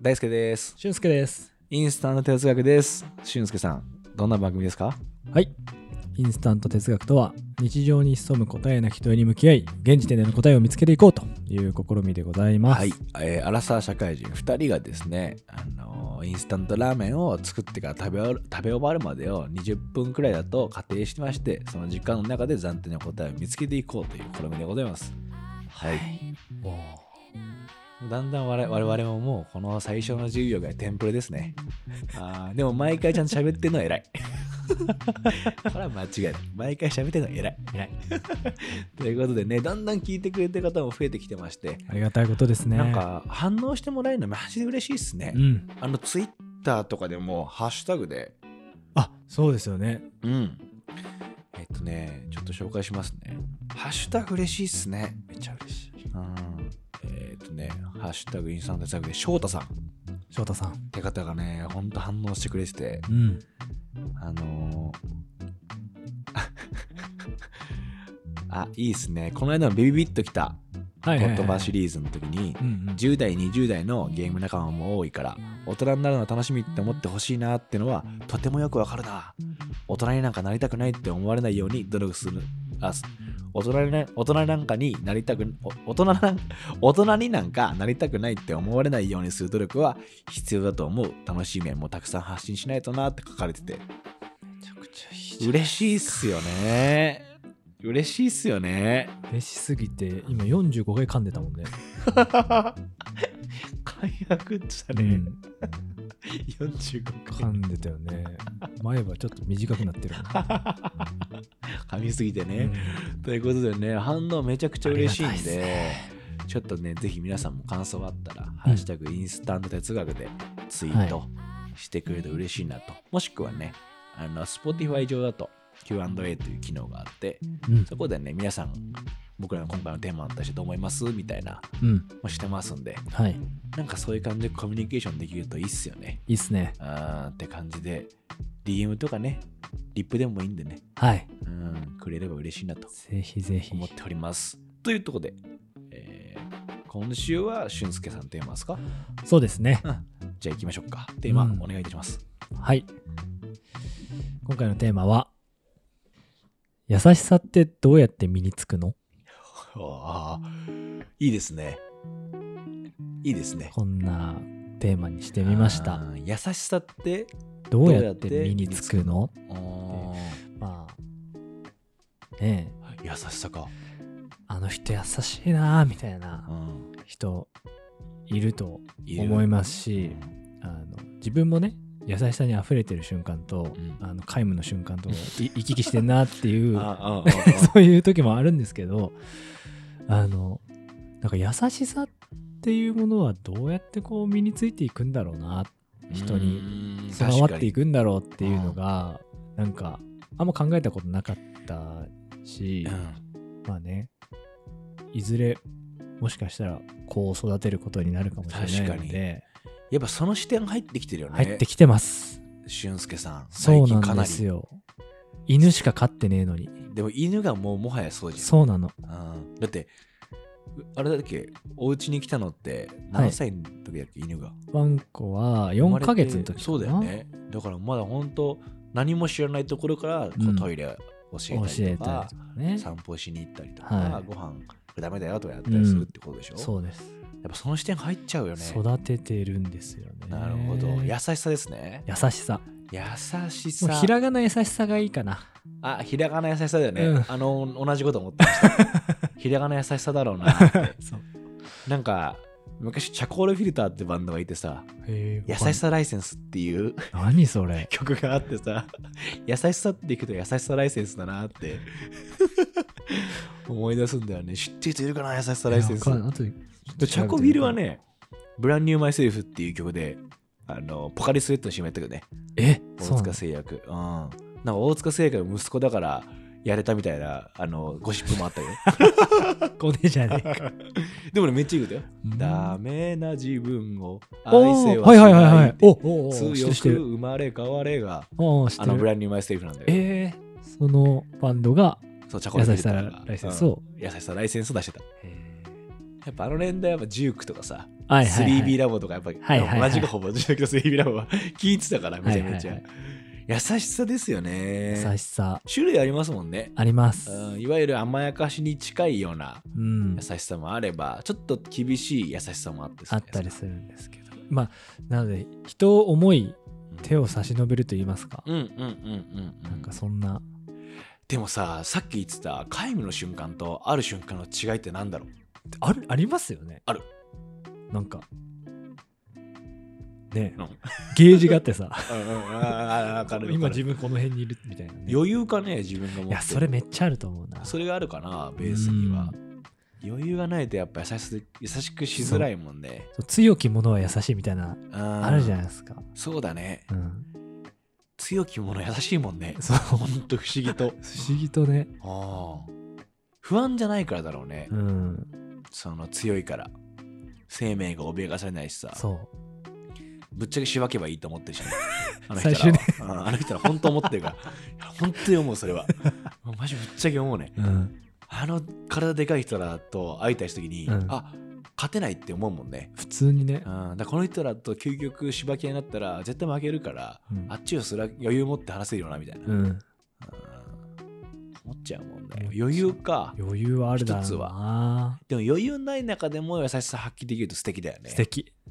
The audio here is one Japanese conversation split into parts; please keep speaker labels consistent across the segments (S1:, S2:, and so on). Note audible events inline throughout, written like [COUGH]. S1: 大輔です。
S2: 俊介です。
S1: インスタント哲学です。俊介さん、どんな番組ですか
S2: はい。インスタント哲学とは、日常に潜む答えなき問いに向き合い、現時点での答えを見つけていこうという試みでございます。
S1: はい、えーアラサー社会人2人がですね、あのーインスタントラーメンを作ってから食べ終わる食べ終わるまでを20分くらいだと仮定してまして、その時間の中で暫定の答えを見つけていこうという試みでございます。はい。だんだん我々我々ももうこの最初の10秒がテンプレですね。あーでも毎回ちゃんと喋ってるのは偉い。 [LAUGHS] これは間違いない。毎回喋ってるのは偉い。偉いということでね、だんだん聞いてくれてる方も増えてきてまして、
S2: ありがたいことですね。
S1: なんか反応してもらえるのマジで嬉しいっすね。
S2: うん。
S1: あのツイッターとかでもハッシュタグで、
S2: あ、そうですよね。
S1: うん。えっとね、ちょっと紹介しますね。ハッシュタグ嬉しいっすね。
S2: めっちゃ嬉しい。
S1: うん。えっとね、ハッシュタグインスタント作で翔太さん。
S2: 翔太さん
S1: っ。て方がね、ほんと反応してくれてて、
S2: うん。
S1: あのー [LAUGHS] あ、いいっすね。この間のビビビッときた
S2: はいはい、はい。
S1: 言葉シリーズの時に
S2: う、んうん。
S1: 10代、20代のゲーム仲間も多いから、大人になるのは楽しみって思ってほしいなってのは、とてもよくわかるな。大人になんかなりたくないって思われないように努力する。あす大人にな大人なんかになりたくお大人なん大人になんかなりたくないって思われないようにする努力は必要だと思う楽しい面もたくさん発信しないとなって書かれてて
S2: めちゃくちゃいいじゃん
S1: 嬉しいっすよね嬉しいっすよね
S2: 嬉しすぎて、今45回噛んでたもんね。
S1: 解約した [LAUGHS]
S2: う
S1: ね、
S2: ん。
S1: 45
S2: 噛んでたよね。前歯ちょっと短くなってるもんね。
S1: 噛みすぎてね、
S2: うん
S1: ということでね反応めちゃくちゃ嬉しい
S2: あ
S1: ん
S2: りがた
S1: で
S2: いっすね
S1: ちょっとねぜひ皆さんも感想あったら「ハッシュタグインスタント哲学」でツイートしてくれると嬉しいなと、もしくはねあの Spotify 上だと Q&A という機能があって
S2: うん
S1: そこでね皆さん僕らの今回のテーマだったりしてどう思いますみたいな
S2: うん。
S1: もしてますんで
S2: はい。い
S1: なんかそういう感じでコミュニケーションできるといいっすよね
S2: いっすね。
S1: あーって感じで DM とかねリップでもいいんでね
S2: はい。
S1: うんくれれば嬉しいなと
S2: ぜひぜひ。
S1: 思っております。というところで、えー今週は俊介さんテーマですか
S2: そうですね。
S1: じゃあ行きましょうか。テーマ
S2: うん
S1: お願いいたします。
S2: はい。今回のテーマは、優しさってどうやって身につくの
S1: あーいいですね。いいですね。
S2: こんなテーマにしてみました。
S1: あー。優しさって、
S2: どうやって身につくの
S1: あー
S2: まあ、ねえ、
S1: 優しさか。、
S2: あの人優しいなあみたいうなん人いると
S1: いる
S2: 思いますし、あの自分もね、優しさに溢れてる瞬間と、
S1: うん
S2: あの皆無の瞬間とい行き来してんなっていう
S1: あああ
S2: そういう時もあるんですけど、あの、なんか優しさっていうものはどうやってこう身についていくんだろうな、
S1: あ
S2: [LAUGHS] 人に
S1: に
S2: 備わってい
S1: く。
S2: くんだろうっていうのが、なんかあんま考えたことなかったし
S1: うん、
S2: まあね、いずれもしかしたらこう育てることになるかもしれないので、
S1: やっぱその視点入ってきてるよね。
S2: 入ってきてます。
S1: 俊介さん。最
S2: そうな
S1: 近か
S2: ん
S1: な
S2: で
S1: り
S2: すよ。犬しか飼ってねえのに。
S1: でも犬がもうもはやそうじゃん。
S2: そうなの。
S1: うんだってうあれだっけお家に来たのって
S2: はい
S1: 何歳の時だっけ、犬が
S2: ワンコは
S1: 生まれ
S2: 4
S1: て
S2: ヶ月の時かな
S1: そうだよねだからまだ本当何も知らないところからこう
S2: うん
S1: トイレ教
S2: 教
S1: えたり
S2: え
S1: と
S2: た
S1: か
S2: りと、かね。
S1: 散歩しに行ったりとか、
S2: はい
S1: ご飯ダメだよとかやったりするってことでしょ、
S2: そうです。
S1: やっぱその視点入っちゃうよね
S2: 育ててるんですよね。
S1: なるほど優
S2: や
S1: しさですね
S2: 優しさ。
S1: 優し
S2: もう
S1: さ
S2: ひらがな優しさがいいかな。
S1: あひらがな優しさだよね、
S2: うん
S1: あの同じこと思ってました
S2: [LAUGHS]
S1: ひらがな優しさだろうなって
S2: そう。
S1: なんか昔チャコールフィルターってバンドがいてさ
S2: へ
S1: 「優し。さライセンス」っていう [LAUGHS]
S2: 何それ。
S1: 曲があってさ優しさっていくと優しさライセンスだなって思い出すんだよね知ってる人いるかな優しさライセンス
S2: いやわかんない後で
S1: でチャコビルは。ねブランニューマイセルフっていう曲であのポカリスエットの CM やったけどね
S2: え、そ
S1: 大
S2: うな
S1: 塚
S2: の
S1: 製薬うんなんか大塚製薬の息子だからやれたみたいなあのゴシップもあった
S2: [LAUGHS]
S1: よ
S2: こねじゃねえか。
S1: でもねめっちゃいいことよ
S2: うん
S1: ダメな自分を愛
S2: お
S1: せ
S2: ー
S1: は
S2: はい
S1: し
S2: はいはい
S1: な
S2: はい
S1: っ
S2: い
S1: て。
S2: おおお知って
S1: 強
S2: る
S1: く
S2: 知ってる。
S1: 生まれ変われが
S2: おお知
S1: あ
S2: って
S1: のブ
S2: る。
S1: ランニューマイステーフなんだよ。
S2: えー、そのバンドが
S1: そう、チャコ
S2: 優
S1: レート
S2: しさライセンスを。
S1: 優しさライセンスを出してた。
S2: へ
S1: やっぱあの年代はやっぱジュークとかさ、
S2: はいはいはい
S1: 3B ラボとかやっぱり、
S2: はいはいはい
S1: 同じくほぼ自宅の 3B ラボは [LAUGHS] 聞いてたからめちゃめちゃ、
S2: はいは
S1: 優しさですよ
S2: 優
S1: ね
S2: しさ
S1: 種類ありますもんね
S2: あります。
S1: うんいわゆる甘やかしに近いような
S2: うん
S1: 優。しさもあればちょっと厳しい優しさもあって
S2: あったりするんですけど。まあ、なので、人を思い、手を差し伸べると言いますか。
S1: うんうんうんうんうん
S2: なんかそんな。
S1: でもささっき言ってた皆無の瞬間とある瞬間の違いってなんだろう
S2: ある、ありますよね。
S1: ある。
S2: なんか。ねえ
S1: うん
S2: ゲージがあっ
S1: [LAUGHS]
S2: てさ。
S1: わかる
S2: 今自分この辺にいるみたいな、ね。
S1: 余裕かね自分が持ってる
S2: いや、それめっちゃあると思うな。
S1: それがあるかなベースには
S2: う
S1: 余裕がないとやっぱ優しさ優しくしづらいもんね
S2: そう強き者は優しいみたいな、
S1: あ
S2: あるじゃ
S1: ん
S2: ないですか。
S1: そうだね
S2: うん。
S1: 強き者優しいもんね
S2: そう。不
S1: ほんと不思議
S2: [LAUGHS]
S1: と
S2: 思議とね。
S1: ああ不安じゃないからだろうね
S2: うん。
S1: その強いから生命が脅かされないしさ
S2: そう。
S1: ぶっちゃけしばけばいいと思ってる
S2: [LAUGHS]
S1: しねあの人
S2: 最
S1: らは
S2: 終ね
S1: うんあの人ら本当思ってるからいや本当に思うそれ
S2: [LAUGHS]
S1: はもうマジぶっちゃけ思うね
S2: うん、
S1: あの体でかい人らと会いたい時に、
S2: うん
S1: あ勝てないって思うもんね
S2: 普通にね
S1: う、ん、だからこの人らと究極しばき合いになったら絶対負けるから、
S2: うん
S1: あっちをすら余裕持って話せるよなみたいな、
S2: う
S1: うん
S2: ん、
S1: 思っちゃうもんね
S2: 思っちゃう
S1: 余裕か
S2: 余裕はあるだろうな
S1: 一つでも余裕ない中でも優しさ発揮できると素敵だよね
S2: 素敵、
S1: うん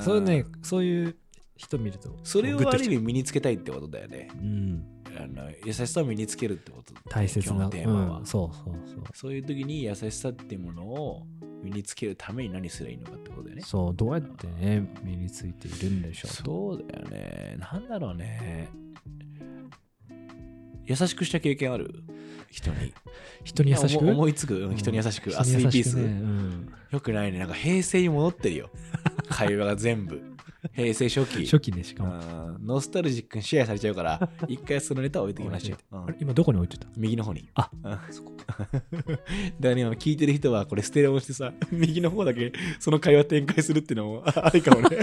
S2: そういうねそういう人見ると
S1: それを
S2: グッ
S1: あ
S2: と
S1: る
S2: き
S1: 意
S2: ちゃ
S1: 味身につけたいってことだよね
S2: ううん、
S1: あの優しさを身につけるってこと
S2: 大切
S1: 今日
S2: な
S1: のテーマは、
S2: うん、そうそうそう
S1: そういう時に優しさっていうものを身につけるために何すればいいのかってことだよね
S2: そうどうやってね身についているんでしょうと
S1: そうだよねなんだろうね優しくした経験ある人に
S2: 人に優しく
S1: 思思いつく、うん
S2: うん
S1: 人に優しく、
S2: 人
S1: あス
S2: に
S1: リ
S2: 優
S1: ーピ
S2: し
S1: ース、
S2: くねうん、
S1: よくないねなんか平成に戻ってるよ [LAUGHS] 会話が全部平成初期
S2: 初期ねしか
S1: う
S2: も、
S1: んノスタルジックにシェアされちゃうから一回そのネタを置いてきましょう、うん
S2: あれ今どこに置いてた
S1: 右の方に
S2: あ
S1: うん
S2: そこ
S1: だから今聞いてる人はこれステレオしてさ [LAUGHS] 右の方だけその会話展開するっていうのも [LAUGHS] あありかもね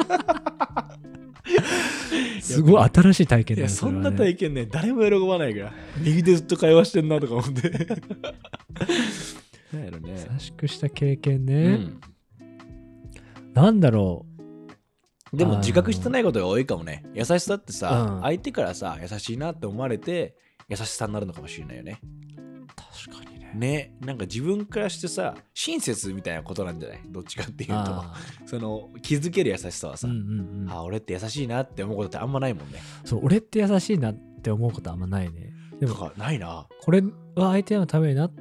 S2: すごい新しい体験
S1: い
S2: だ
S1: や
S2: よ
S1: そんな
S2: れはね
S1: 体験ね誰も喜ばないから右でずっと会話してんなとか思ってなんやろね
S2: 優しくした経験
S1: う
S2: ね、
S1: ん
S2: なんだろう
S1: でも自覚してないことが多いかもね優しさってさ、
S2: うん
S1: 相手からさ優しいなって思われて優しさになるのかもしれないよね
S2: 確かにね
S1: ねなんか自分からしてさ親切みたいなことなんじゃないどっちかっていうと
S2: あ
S1: その気づける優しさは
S2: ー
S1: さ、
S2: うんうんうん
S1: あ俺って優しいなって思うことってあんまないもんね
S2: そう俺って優しいなって思うことあんまないねで
S1: なん
S2: も
S1: かないな
S2: これは相手のためになっ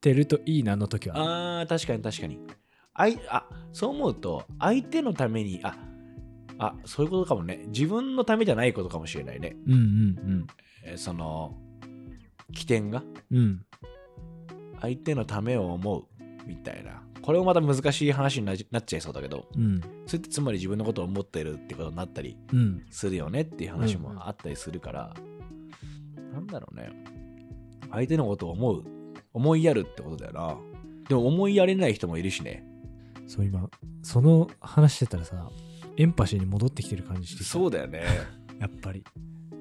S2: てるといいなの時はある
S1: あー確かに確かにあいあそう思うと相手のためにああそういうことかもね自分のためじゃないことかもしれないね、
S2: うんうん
S1: えーその起点が
S2: うんうん
S1: 相手のためを思うみたいなこれもまた難しい話にななっちゃいそうだけど
S2: うん
S1: それってつまり自分のことを思ってるってことになったり
S2: うん
S1: するよねっていう話
S2: うんうん
S1: もあったりするから、なんだろうね相手のことを思う思いやるってことだよなでも思いやれない人もいるし
S2: [LAUGHS]
S1: ね
S2: そう今その話してたらさエンパシーに戻ってきてる感じしてう
S1: そうだよね
S2: やっぱり
S1: [LAUGHS]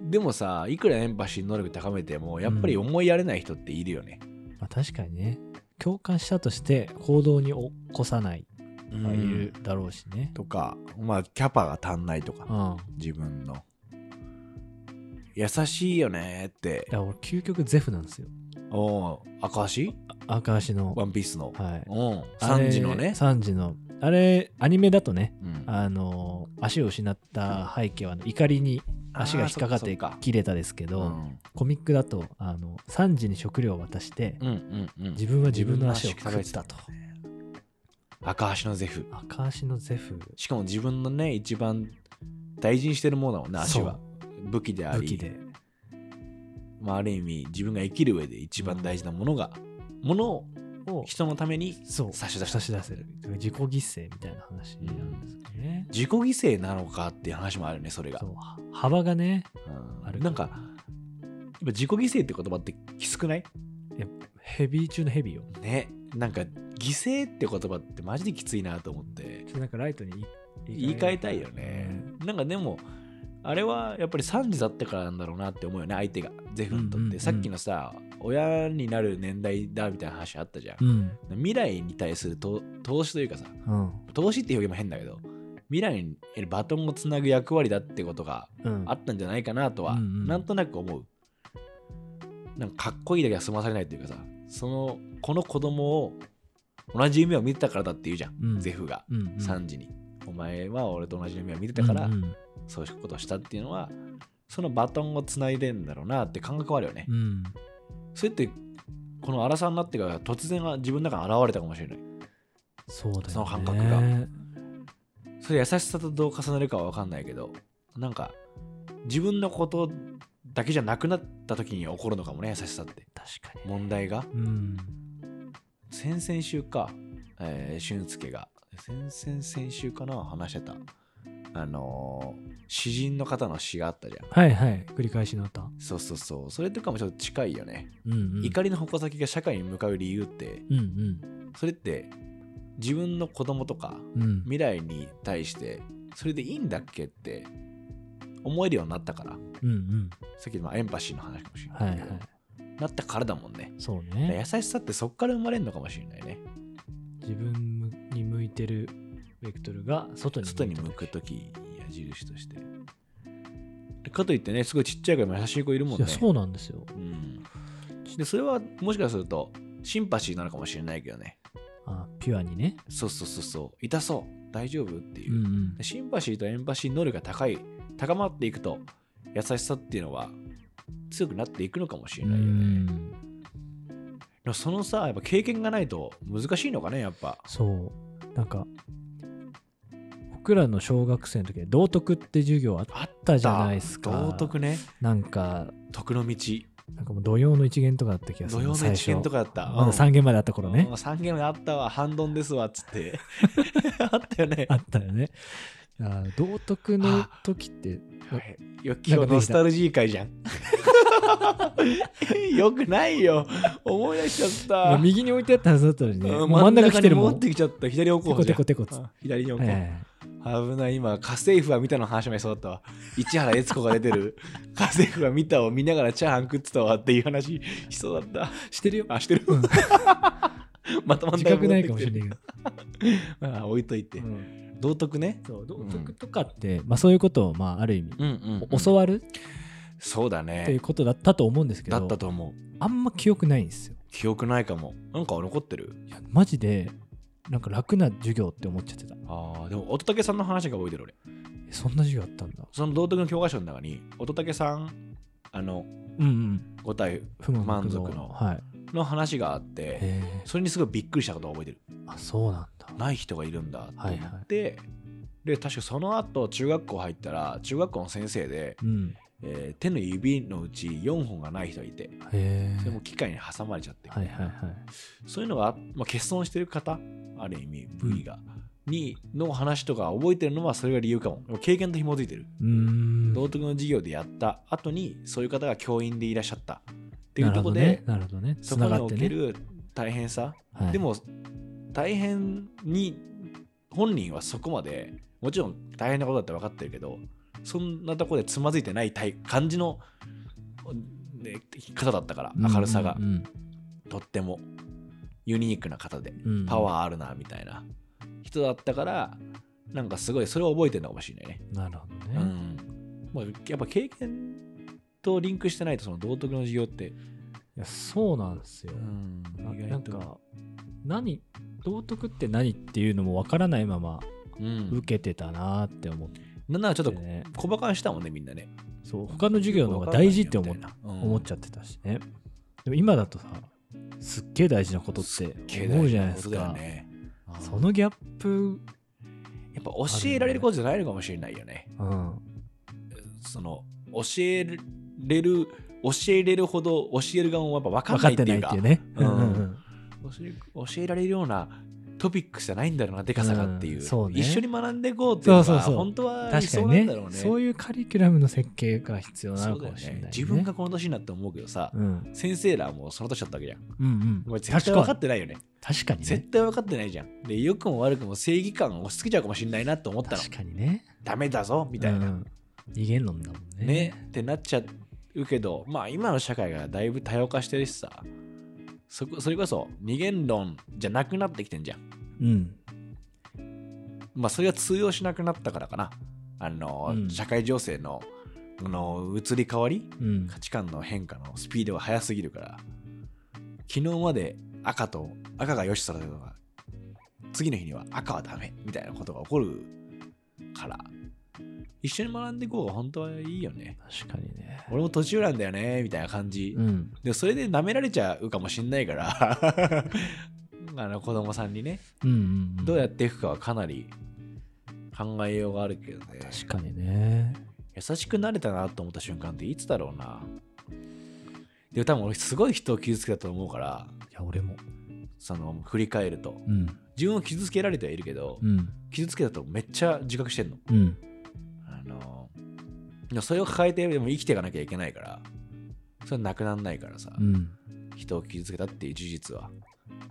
S1: でもさいくらエンパシー能力高めてもやっぱり思いやれない人っているよね、
S2: まあ確かにね共感したとして行動に起こさない
S1: うん
S2: はいるだろうしね
S1: とかまあキャパが足んないと
S2: う
S1: か
S2: ん
S1: 自分の優しいよねって
S2: いや俺究極ゼフなんですよ
S1: おう赤足
S2: 赤足の
S1: ワンピースの、
S2: はい
S1: うん3時のね、
S2: 3時のあれアニメだとね
S1: うん
S2: あの足を失った背景はあの怒りに足が引っかかって
S1: あーそっかそっか
S2: 切れたですけ
S1: う
S2: ど、
S1: ん
S2: コミックだとあの3時に食料を渡して、
S1: うんうんうん
S2: 自分は自分の足を食ったと
S1: 赤足のゼフ
S2: 赤足のゼフ
S1: しかも自分のね一番大事にしてるものだもんね足は武器であ
S2: 武
S1: り
S2: 器で
S1: まあ、ある意味自分が生きる上で一番大事なものが、ものを
S2: を
S1: 人のために
S2: そう
S1: 差し出した
S2: 差し出せる自己犠牲みたいな話なんですかね、
S1: 自己犠牲なのかっていう話もあるねそれが
S2: そう幅がね
S1: うん
S2: ある
S1: なんかやっぱ自己犠牲って言葉ってきつくない
S2: ヘビー中のヘビーよ
S1: ねなんか犠牲って言葉ってマジできついなと思って
S2: ちょっとなんかライトに
S1: 言い換えたいよね、なんかでもあれはやっぱり3時だったからなんだろうなって思うよね相手がゼフにとって、
S2: うんうんうん
S1: さっきのさ親になる年代だみたいな話あったじゃん
S2: う、ん
S1: 未来に対する投投資というかさ
S2: うん
S1: 投資って表現も変だけど未来にバトンをつなぐ役割だってことが
S2: うん
S1: あったんじゃないかなとは、
S2: うんうん
S1: なんとなく思うなんかかっこいいだけは済まされないというかさそのこの子供を同じ夢を見てたからだって言うじゃん、
S2: うん
S1: ゼフが
S2: うんうん
S1: 3時に、お前は俺と同じ夢を見てたから、
S2: うんうん
S1: そういうことをしたっていうのはそのバトンをつないでんだろうなって感覚はあるよね、
S2: うん
S1: それってこの荒さになってから突然自分の中に現れたかもしれない
S2: そうだよね
S1: その感覚がそれ優しさとどう重なるかは分かんないけどなんか自分のことだけじゃなくなった時に起こるのかもね優しさって
S2: 確か
S1: 問題が
S2: にうん
S1: 先々週か、えー俊介が先々先々週かな話してたあのー詩人の方の詩があったじゃん
S2: はいはい繰り返しの歌
S1: そうそうそうそれとかもちょっと近いよね、
S2: うんうん
S1: 怒りの矛先が社会に向かう理由って
S2: うん
S1: それって自分の子供とか
S2: うんうん
S1: 未来に対してそれでいいんだっけって思えるようになったから
S2: うんうん
S1: さっきのまあエンパシーの話かもしれ
S2: はい
S1: な
S2: はいい
S1: けど、なったからだもんね
S2: そう
S1: だか
S2: ね
S1: ら優しさってそっから生まれるのかもしれないね
S2: 自分に向いてるベクトルが外に
S1: 外に向く時矢印としてかといってねすごいちっちゃい子でも優しい子いるもん
S2: い
S1: ね
S2: やそうなんですよ
S1: うん、でそれはもしかするとシンパシーなのかもしれないけどね
S2: あピュアにね
S1: そうそうそうそう痛そう大丈夫っていうう、
S2: んうん
S1: でシンパシーとエンパシー能力が高い高まっていくと優しさっていうのは強くなっていくのかもしれないよね、で
S2: うん
S1: もそのさやっぱ経験がないと難しいのかねやっぱ
S2: そうなんか僕らの小学生の時は道徳って授業あっ
S1: あった
S2: じゃないですか
S1: 道徳ね
S2: なんか
S1: 徳の道
S2: なんかもう土曜の一元とかだった気がす
S1: 土
S2: る
S1: 曜の一元と
S2: か
S1: かだった
S2: まだ3元まであった頃ね
S1: うん三軒目あったわ半ドンですわっつって
S2: [LAUGHS]
S1: あったよね
S2: あったよねあー道徳の時って
S1: よっきよノスタルジー会 [LAUGHS] じゃんよくないよ思い出しちゃった
S2: 右に置いてあったはずだったのにね
S1: う
S2: 真ん中来てるも
S1: 真中に持
S2: ん
S1: って
S2: テ
S1: きちゃった左おこう
S2: コ
S1: じ
S2: テ
S1: ゃん
S2: コテコつっ
S1: あ左に
S2: て
S1: おこ
S2: は
S1: う、
S2: いはい
S1: 危ない今家政婦は見たの話もそうだったわ市原悦子が出てる家政婦は見たを見ながらチャーハン食ってたわっていう話しそうだった
S2: [LAUGHS] してるよ
S1: あしてる、
S2: うん
S1: [LAUGHS] またまた
S2: 自覚ないかもしれないけど
S1: あ置いといて、
S2: うん
S1: 道徳ね
S2: そう道徳とかってまあそういうことをまあある意味
S1: うん
S2: 教わる
S1: そうだ
S2: っていう
S1: ね
S2: ことだったと思うんですけ
S1: だっ
S2: ど
S1: たと思う
S2: あんま記憶ないんですよ
S1: 記憶ないかもなんか残ってる
S2: いやマジでなんか楽な授業って思っちゃってた
S1: あーでも乙武さんの話が覚えてる俺
S2: えそんな授業あったんだ
S1: その道徳の教科書の中に乙武さんあの
S2: うんうん
S1: 五体
S2: 不
S1: 満足の
S2: はい
S1: の話があって
S2: へえ
S1: それにすごいびっくりしたことを覚えてる
S2: あそうなんだ
S1: ない人がいるんだって
S2: はい
S1: 言
S2: はい
S1: って、で確かその後中学校入ったら中学校の先生で、
S2: うん
S1: えー手の指のうち4本がない人がいて
S2: へえ
S1: それも機械に挟まれちゃって、
S2: はいはいはい
S1: そういうのが、まあ、欠損してる方、ある意味、部位が、にの話とか覚えてるのはそれが理由かも。でも経験と紐づいてる。
S2: うーん
S1: 道徳の授業でやった後に、そういう方が教員でいらっしゃった。ってい
S2: な
S1: う
S2: る
S1: と
S2: ほ
S1: こ
S2: ど
S1: ろで、
S2: ねなるほどね
S1: そこ
S2: つな
S1: に
S2: が
S1: お
S2: って
S1: け
S2: ね
S1: る大変さ。
S2: はい
S1: でも、大変に、本人はそこまで、もちろん大変なことだって分かってるけど、そんなとこでつまずいてないタイ感じの、ね、方だったから、明るさが
S2: う。ん
S1: とってもユニークな方で
S2: うんうん
S1: パワーあるなみたいな人だったからなんかすごいそれを覚えてるのかもしれないね、
S2: なるほど
S1: う
S2: ね
S1: んまあ、やっぱ経験とリンクしてないとその道徳の授業って、
S2: いやそうなんですよ
S1: ん
S2: ななんか何道徳って何っていうのもわからないまま
S1: うん、
S2: 受けてたなーって思って
S1: なんならちょっと
S2: ね
S1: 小馬鹿にしたもんねみんなね
S2: そう他の授業の方が大事って思って思っち
S1: ゃ
S2: ゃってたしね。でも今だとさ、すっげえ大事なことって思うじゃないですか。
S1: ねうん
S2: そのギャップ、
S1: やっぱ教えられることじゃないのかもしれないよね
S2: うん、
S1: その教えれる教えれるほど教える側もやっぱ分か
S2: 分
S1: ん
S2: か
S1: な
S2: っ
S1: いって
S2: てないいうっ
S1: か
S2: ていうね。
S1: うん
S2: うんうん
S1: 教え教えられるようなトピックスじゃないんだろうな、でかさがっていう。
S2: うんそうね
S1: 一緒に学んでいこうっていうのが
S2: そうそうそう
S1: 本当は理
S2: 確か
S1: 想
S2: に
S1: なん
S2: ね
S1: だろうね。
S2: そういうカリキュラムの設計が必要な
S1: そ
S2: の
S1: うだ
S2: か
S1: よ
S2: もしれない、
S1: ね
S2: ね。
S1: 自分がこの年になって思うけどさ、
S2: うん、
S1: 先生らはもうその年だったわけじゃん。
S2: うん
S1: お
S2: うん
S1: 前絶対分かってないよね。
S2: 確かにね
S1: 絶対分かってないじゃん。で、良くも悪くも正義感を押し付けちゃうかもしれないなと思ったの。
S2: 確かにね
S1: ダメだぞみたいな。
S2: うん、二元論だもんね
S1: ね。ってなっちゃうるけど、まあ今の社会がだいぶ多様化してるしさ、そこそれこそ二元論じゃなくなってきてんじゃん。
S2: うん。
S1: まあそれが通用しなくなったからかな。あの、
S2: うん
S1: 社会情勢のあの移り変わり
S2: うん。
S1: 価値観の変化のスピードが速すぎるから昨日まで赤と赤が良しとされたのが次の日には赤はダメみたいなことが起こるから一緒に学んでいこうが本当はいいよね
S2: 確かにね。
S1: 俺も途中なんだよねみたいな感じ、
S2: うん。
S1: でそれで舐められちゃうかもしんないから [LAUGHS] あの子供さんにね
S2: うんうん、うん。
S1: どうやっていくかはかなり考えようがあるけどね
S2: 確かにね。
S1: 優しくなれたなと思った瞬間っていつだろうなでも多分俺すごい人を傷つけたと思うから
S2: いや、俺も。
S1: その振り返ると
S2: うん。
S1: 自分を傷つけられてはいるけど、
S2: うん。
S1: 傷つけたとめっちゃ自覚してんの
S2: うん。
S1: あのでもそれを抱えてでも生きていかなきゃいけないからそれはなくならないからさ、
S2: うん。
S1: 人を傷つけたっていう事実は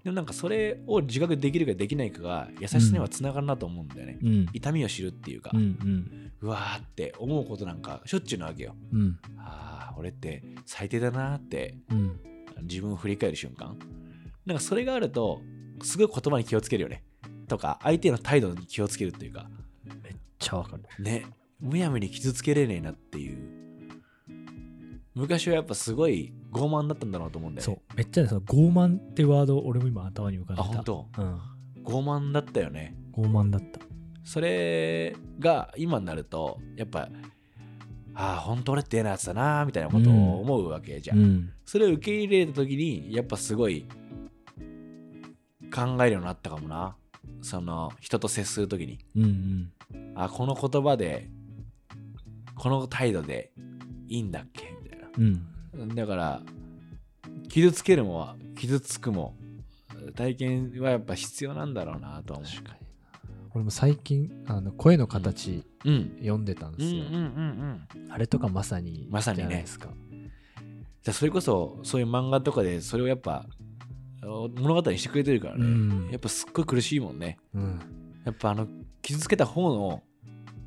S1: でもなんかそれを自覚できるかできないかが優しさにはつながるなと思うんだよね、
S2: うん。
S1: 痛みを知るっていうか、
S2: う。
S1: うんわーって思うことなんかしょっちゅうなわけよ
S2: うん。
S1: ああ俺って最低だなーって
S2: うん。
S1: 自分を振り返る瞬間なんかそれがあるとすごい言葉に気をつけるよねとか相手の態度に気をつけるっていうか
S2: ちゃわかる。
S1: ねむやみに傷つけれねえなっていう昔はやっぱすごい傲慢だったんだろうと思うんだよ
S2: そ
S1: ね
S2: う。めっちゃね、その傲慢ってワード、俺も今頭に浮かんで
S1: あ
S2: た。
S1: 本当
S2: うん。
S1: 傲慢だったよね
S2: 傲慢だった。
S1: それが今になるとやっぱああ本当俺って嫌なやつだなーみたいなことを思うわけじゃん
S2: うん。
S1: それを受け入れた時にやっぱすごい考えるようになったかもなその人と接する時に
S2: うんうん。
S1: あこの言葉でこの態度でいいんだっけみたい
S2: うん。
S1: なだから傷つけるも傷つくも体験はやっぱ必要なんだろうなとは思
S2: 確かにな。俺も最近、あの声の形
S1: う、うん、
S2: 読んでたん
S1: うんう
S2: で
S1: ん
S2: すよ。
S1: うんうん
S2: あれとかまさに、
S1: まさにね
S2: じゃないですか。
S1: じゃあそれこそそういう漫画とかでそれをやっぱ物語にしてくれてるからね、
S2: うん
S1: やっぱすっごい苦しいもんね
S2: うん。
S1: やっぱあの傷つけた方の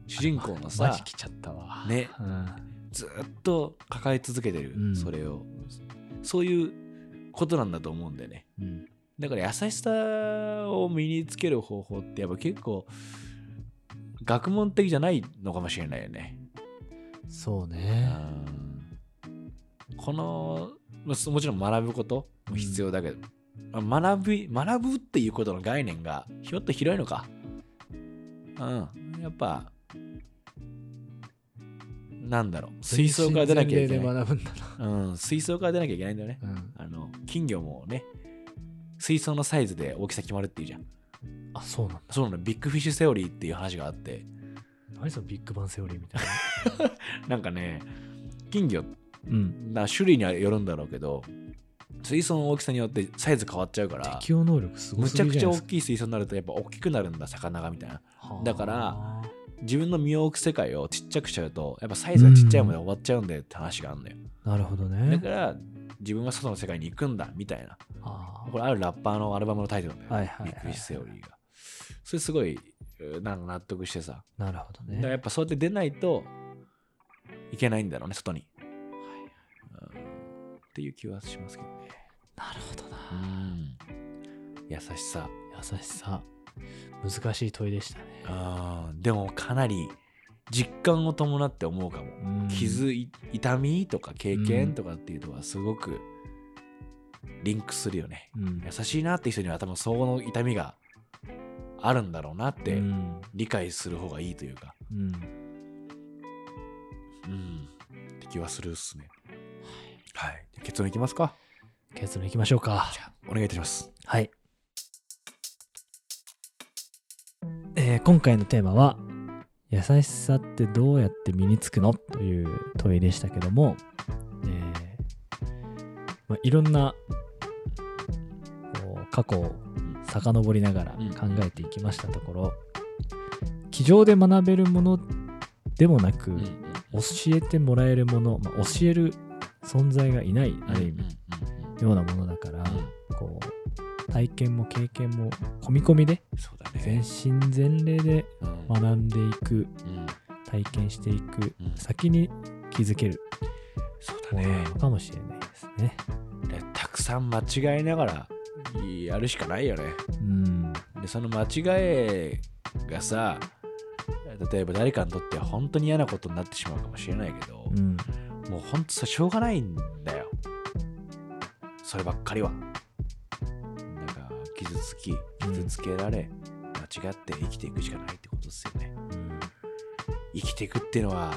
S1: 主人公の
S2: マ
S1: さ
S2: ジ来ちゃったわ。
S1: ね
S2: うん。
S1: ずっと抱え続けてる、
S2: うん
S1: それをそういうことなんだと思うんだよね
S2: うん。
S1: だから優しさを身につける方法ってやっぱ結構学問的じゃないのかもしれないよね、
S2: そう
S1: う
S2: ね。
S1: ん、このまあそもちろん学ぶことも必要だけど、まあ学び学ぶっていうことの概念がひょっと広いのかうんやっぱなんだろう水槽から出なきゃいけ
S2: 全
S1: ない、
S2: 然全霊で学ぶんだな。
S1: うん、水槽から出なきゃいけないんだよね
S2: うん。
S1: あの金魚もね水槽のサイズで大きさ決まるっていうじゃん
S2: あ、そうなんだ。
S1: そうなのビッグフィッシュセオリーっていう話があって
S2: 何そのビッグバンセオリーみたいな。
S1: なんかね金魚
S2: うん。
S1: な種類にはよるんだろうけど水槽の大きさによってサイズ変わっちゃうから
S2: 適応能力すご
S1: む
S2: す
S1: ちゃ
S2: ぎ
S1: く
S2: じ
S1: ちゃ
S2: ゃないで
S1: 大
S2: すか。
S1: きい水槽になるとやっぱ大きくなるんだ魚がみたいな
S2: はあ
S1: だから、自分の身を置く世界をちっちゃくしちゃうとやっぱサイズがちっちゃいまで終わっちゃうんだよって話があるんだよ、
S2: なるほど
S1: だ
S2: ね
S1: か。ら自分は外の世界に行くんだみたいな
S2: あ
S1: これあるラッパーのアルバムのタイトルなんだよ、
S2: はいはいはい
S1: ビッグフィッシュセオリーがそれすごいうんなんか納得してさ
S2: あ、なるほど
S1: だからやっ
S2: ね。
S1: ぱそうやって出ないといけないんだろうね外に、うんっていう気はしますけどね
S2: なるほどな。
S1: うん優しさ
S2: 優しさ。難しい問いでしたね。
S1: あーでもかなり実感を伴って思うかも、
S2: うん
S1: 傷い痛みとか経験とかっていうのはすごくリンクするよね、
S2: うん
S1: 優しいなって人には多分そこの痛みがあるんだろうなっ
S2: う
S1: て
S2: ん
S1: 理解する方がいいというか
S2: うん
S1: うんって気はするっすねはい結論いきますか
S2: 結論いきましょうか。
S1: お願いいたします
S2: はい。えー今回のテーマは「優しさってどうやって身につくの?」という問いでしたけども、えーまあ、いろんなこう過去を遡りながら
S1: うん
S2: 考えていきましたところ、机上で学べるものでもなく、
S1: うん
S2: 教えてもらえるもの、まあ、教える存在がいないある意味、ようなものだから、
S1: うんうん
S2: こう体験も経験も込み込みで
S1: そうだね
S2: 全身全霊で
S1: うん
S2: 学んでいく
S1: うん
S2: 体験していく
S1: うん
S2: 先に気づける
S1: そうだ
S2: ものな
S1: ね
S2: のかもしれないですね。
S1: でたくさん間違えながらやるしかないよね
S2: うん。
S1: でその間違えがさ例えば誰かにとっては本当に嫌なことになってしまうかもしれないけど、
S2: うん。
S1: もう本当さしょうがないんだよそればっかりはなんか傷つき傷つけられ、間違って生きていくしかないってことですよね生きていくっていうのは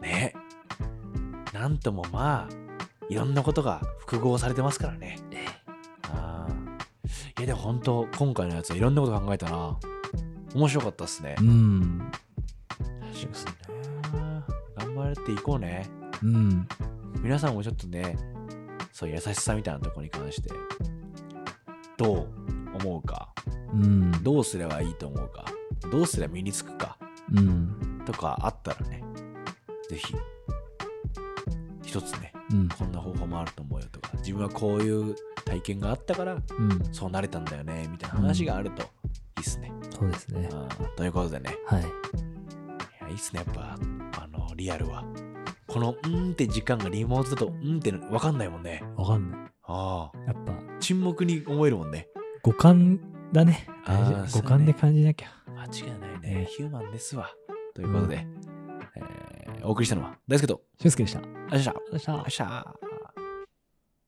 S1: ねなんともまあいろんなことが複合されてますからねあーいやでも本当今回のやつはいろんなこと考えたな面白かったっすね
S2: うん。
S1: 確かにな頑張っていこうね
S2: うん。
S1: 皆さんもちょっとねそう優しさみたいなところに関してどう思うか
S2: うん。
S1: どうすればいいと思うかどうすれば身につくか
S2: うん。
S1: とかあったらねぜひ一つね
S2: うん。
S1: こんな方法もあると思うよとか自分はこういう体験があったから
S2: うん。
S1: そうなれたんだよねみたいな話があるといいっすね、
S2: そうですね。
S1: うんということでね
S2: はい。
S1: いやいいっすねやっぱあのリアルはこの「うん」って時間がリモートだと「うん」って分かんないもんね
S2: わかんない。
S1: ああ
S2: やっぱ
S1: 沈黙に思えるもんね。
S2: 五感だね。大
S1: あー
S2: 事
S1: そうね
S2: 五感で感じなきゃ。
S1: 間違いない
S2: ね
S1: ね。ヒューマンですわ。ということで、えーお送りしたのは大輔と、
S2: 俊介でした。あり
S1: ありがとうございました。
S2: がとうございました
S1: ありがとうございました。